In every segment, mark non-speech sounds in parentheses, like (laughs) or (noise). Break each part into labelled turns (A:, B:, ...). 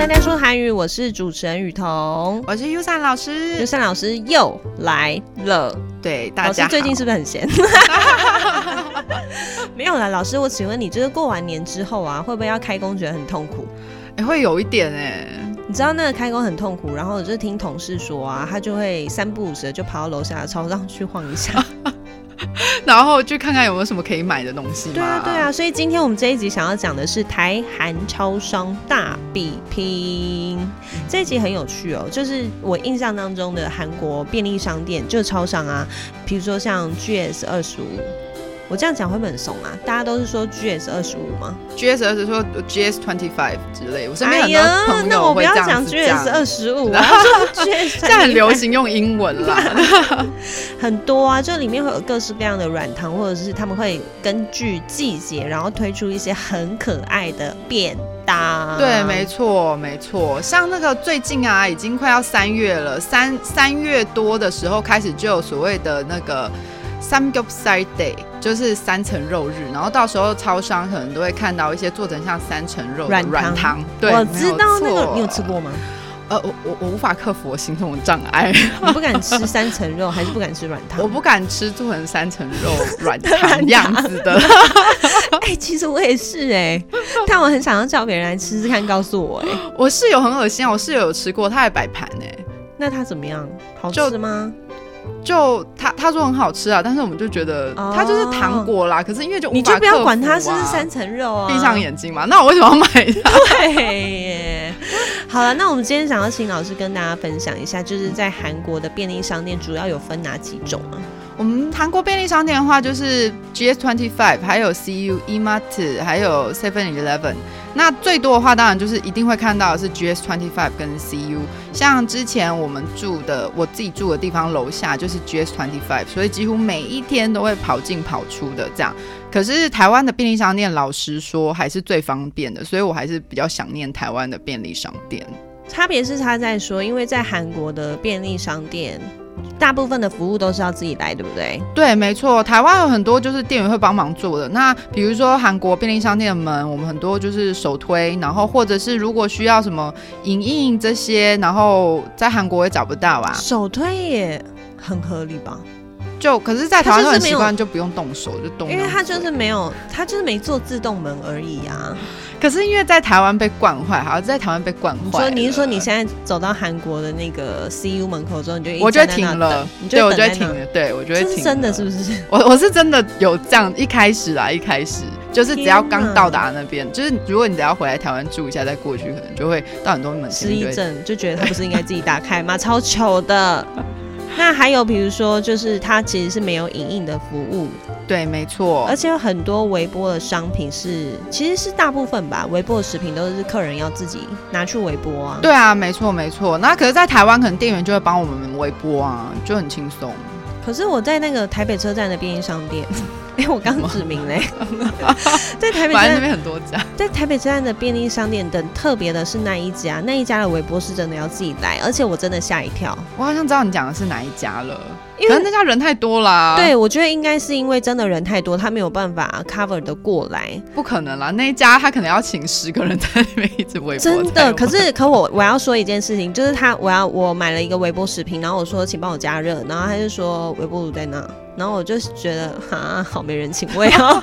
A: 大家说韩语，我是主持人雨桐。
B: 我是 U 三老
A: 就
B: 师。
A: 善老师又来了，
B: 对，大
A: 老师
B: 家
A: 最
B: 好
A: 近是不是很闲？ (laughs) 没有啦，老师，我请问你，就是过完年之后啊，会不会要开工觉得很痛苦？
B: 哎会有一点哎、
A: 你知道那个开工很痛苦，然后我就听同事说啊，他就会三不五时地就跑到楼下的超商去晃一下。
B: 然后去看看有没有什么可以买的东西嘛。
A: 对啊，对啊，所以今天我们这一集想要讲的是台韩超商大比拼。这一集很有趣哦，就是我印象当中的韩国便利商店，就是超商啊，比如说像 GS 二十五。我这样讲会不会很怂啊？大家都是说 GS 二十五吗？
B: ，GS 二十说 GS twenty five 之类，我身边
A: 哎
B: 很多
A: 呀，
B: 朋
A: 那
B: 友
A: 我不
B: 会
A: 要
B: 这样
A: 讲
B: 子讲
A: GS 二十五，我啊
B: (laughs)
A: 要说 GS
B: 现在很流行用英文啦。
A: 很多啊，这里面会有各式各样的软糖，或者是他们会根据季节，然后推出一些很可爱的便当。
B: 对，没错，没错。像那个最近啊，已经快要三月了，三三月多的时候开始就有所谓的那个 Samgyeopsal Day，就是三层肉日。然后到时候超商可能都会看到一些做成像三层肉的
A: 软糖
B: 软糖。对，
A: 我知道那
B: 没有
A: 个
B: 错
A: 你有吃？
B: (laughs)
A: 过吗？
B: 呃，我我我无法克服我心痛的障碍，
A: 你不敢吃三层肉，还是不敢吃软
B: (laughs) 我
A: 糖？
B: 不敢吃做成三层肉
A: (laughs)
B: 软
A: 软
B: 糖
A: 糖
B: 样子的。
A: 哎、其实我也是哎、但我很想要叫别人来吃吃看，告诉我哎、
B: 我室友很恶心啊，我室友有吃过，他还摆盘欸呢、
A: 那它怎么样？好
B: 就
A: 吃吗？
B: 就他他说很好吃啊，但是我们就觉得
A: 哦
B: 它就是糖果啦。可是因为就无法
A: 你就不
B: 克
A: 要
B: 服
A: 管它
B: 啊
A: 是不是三层肉啊！
B: 闭上。眼睛嘛。那我为什么要买它？
A: (laughs) 对耶。好了，那我们今天想要请老师跟大家分享一下，就是在韩国的便利商店主要有分哪几种啊？
B: 我们韩国便利商店的话，就是 GS Twenty Five，还有 CU Emart，还有 Seven Eleven。那最多的话，当然就是一定会看到的是 GS Twenty Five 跟 CU。像之前我们住的，我自己住的地方楼下就是 GS Twenty Five，所以几乎每一天都会跑进跑出的这样。可是台湾的便利商店，老实说还是最方便的，所以我还是比较想念台湾的便利商店。
A: 差别是他在说，因为在韩国的便利商店，大部分的服务都是要自己来，对不对？
B: 对，没错，台湾有很多就是店员会帮忙做的。那比如说韩国便利商店的门，我们很多就是手推，然后或者是如果需要什么影印这些，然后在韩国也找不到啊。
A: 首推也很合理吧，
B: 就可是，在台湾
A: 它就是
B: 都很
A: 没
B: 习
A: 有
B: 惯，就不用动手，就动。
A: 因为他就是，没
B: 嗯
A: 有，他就是没做自动门而已啊。
B: 可是因为在台湾被惯坏，好像在台湾被惯坏
A: 所
B: 了。
A: 以你是说你现在走到韩国的那个 CU 门口之后，你就一直
B: 我就会
A: 站在那
B: 停了
A: 等，你
B: 对，
A: 就
B: 我
A: 会
B: 就会
A: 等在
B: 停
A: 那
B: 了，对我就会
A: 这是
B: 停了。
A: 真的，是不是？
B: (laughs) 我我是真的有这样，一开始啦，一开始就是只要
A: 天哪
B: 刚到达那边，就是如果你只要回来台湾住一下再过去，可能就会到很多门
A: 失
B: 前就
A: 忆
B: 会 (laughs)
A: 症就觉得他不是应该自己打开吗？超糗的。那还有比如说，就是它其实是没有影印的服务，
B: 对，没错
A: 而。且有很多微波的商品是，其实是大部分吧，微波的食品都是客人要自己拿去微波啊。
B: 对啊，没错没错。那可是，在台湾可能店员就会帮我们微波啊，就很轻松。
A: 可是我在那个台北车站的便利商店， (laughs) 哎、我刚指名
B: (laughs)
A: 嘞，在台北车
B: 反
A: 站，
B: 正那边很多家， (laughs)
A: 在台北车站的便利商店等特别的是那一家，那一家的微波是真的要自己来，而且我真的吓一跳，
B: 我好像知道你讲的是哪一家了，
A: 因
B: 可
A: 为
B: 能那家人太多啦。，
A: 对，我觉得应该是因为真的人太多，他没有办法 cover 的过来。
B: 不可能啦，那一家他可能要请十个人在那边一直微波。
A: 真
B: 才
A: 的，
B: 有
A: 可是可我我要说一件事情，就是他我要我买了一个微波食品，然后我说请帮我加热，然后他就说微波炉在那，然后我就觉得哈好没人情味
B: (laughs)
A: 哦。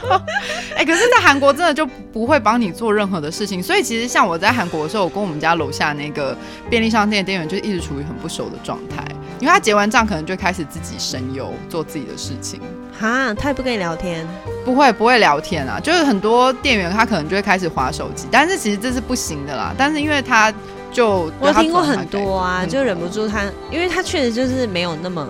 B: 哎、可是，在韩国真的就不会帮你做任何的事情，所以其实像我在韩国的时候，我跟我们家楼下那个便利商店的店员就一直处于很不熟的状态，因为他结完账可能就开始自己神游，做自己的事情，
A: 哈，他也不跟你聊天，
B: 不会不会聊天啊，就是很多店员他可能就会开始划手机，但是其实这是不行的啦，但是因为他就
A: 我听过很，
B: 对他主管
A: 多啊，
B: 嗯
A: 就忍不住他，因为他确实就是没有那么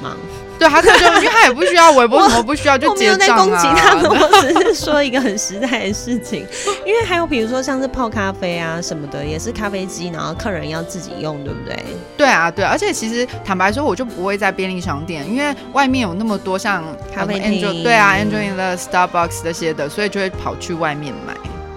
A: 忙。
B: 对他这就因为他也不需要微波
A: 我
B: 什么不需要就
A: 我没
B: 结
A: 有在
B: 账啊，
A: 攻击他们，我只是说一个很实在的事情。因为还有比如说像是泡咖啡啊什么的，也是咖啡机，然后客人要自己用，对不对？
B: 对啊，对啊，而且其实坦白说，我就不会在便利商店，因为外面有那么多像
A: 咖啡
B: 呃
A: 厅
B: Angel- 对啊，Angelina、Starbucks 这些的，所以就会跑去外面买。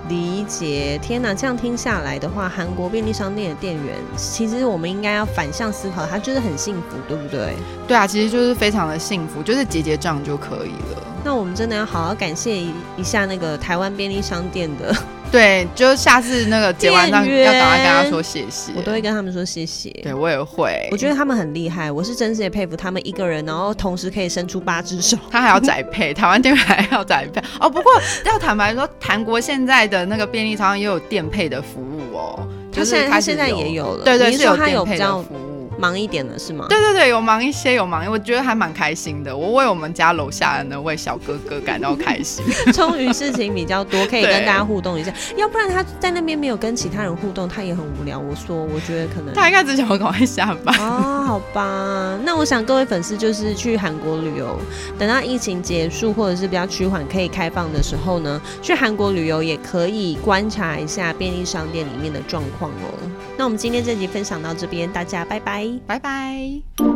A: 理解，天哪！这样听下来的话，韩国便利商店的店员，其实我们应该要反向思考，他就是很幸福，对不对？
B: 对啊，其实就是非常的幸福，就是结结账就可以了。
A: 那我们真的要好好感谢一一下那个台湾便利商店的
B: 对，就下次那个结完账
A: 店
B: 要
A: 员
B: 赶快跟他说谢谢。
A: 我都会跟他们说谢谢。
B: 对我也会，
A: 我觉得他们很厉害，我是真心的佩服他们一个人，然后同时可以伸出八只
B: (laughs)
A: 手。
B: 他还要宅配，台湾店还要宅配哦。不过要坦白说，韩国现在的那个便利商店也有店配的服务哦，就
A: 他
B: 是
A: 现在
B: 开
A: 他
B: 始
A: 现在
B: 有
A: 也有了，
B: 对对
A: 你
B: 是
A: 是说他
B: 店
A: 有
B: 配
A: 比
B: 的
A: 较
B: 服务。
A: 忙一点的是吗？ (laughs)
B: 对对对，有忙一些，有忙，我觉得还蛮开心的。我为我们家楼下的那位小哥哥感到
A: (laughs)
B: 开心。
A: 终于事情比较多，可以
B: 对
A: 跟大家互动一下，要不然他在那边没有跟其他人互动，他也很无聊。我说，我觉得可能
B: 他应该只想我赶快下班。
A: 哦，好吧，那我想各位粉丝就是去韩国旅游，等到疫情结束或者是比较趋缓可以开放的时候呢，去韩国旅游也可以观察一下便利商店里面的状况哦。那我们今天这集分享到这边，大家拜拜。
B: 拜拜。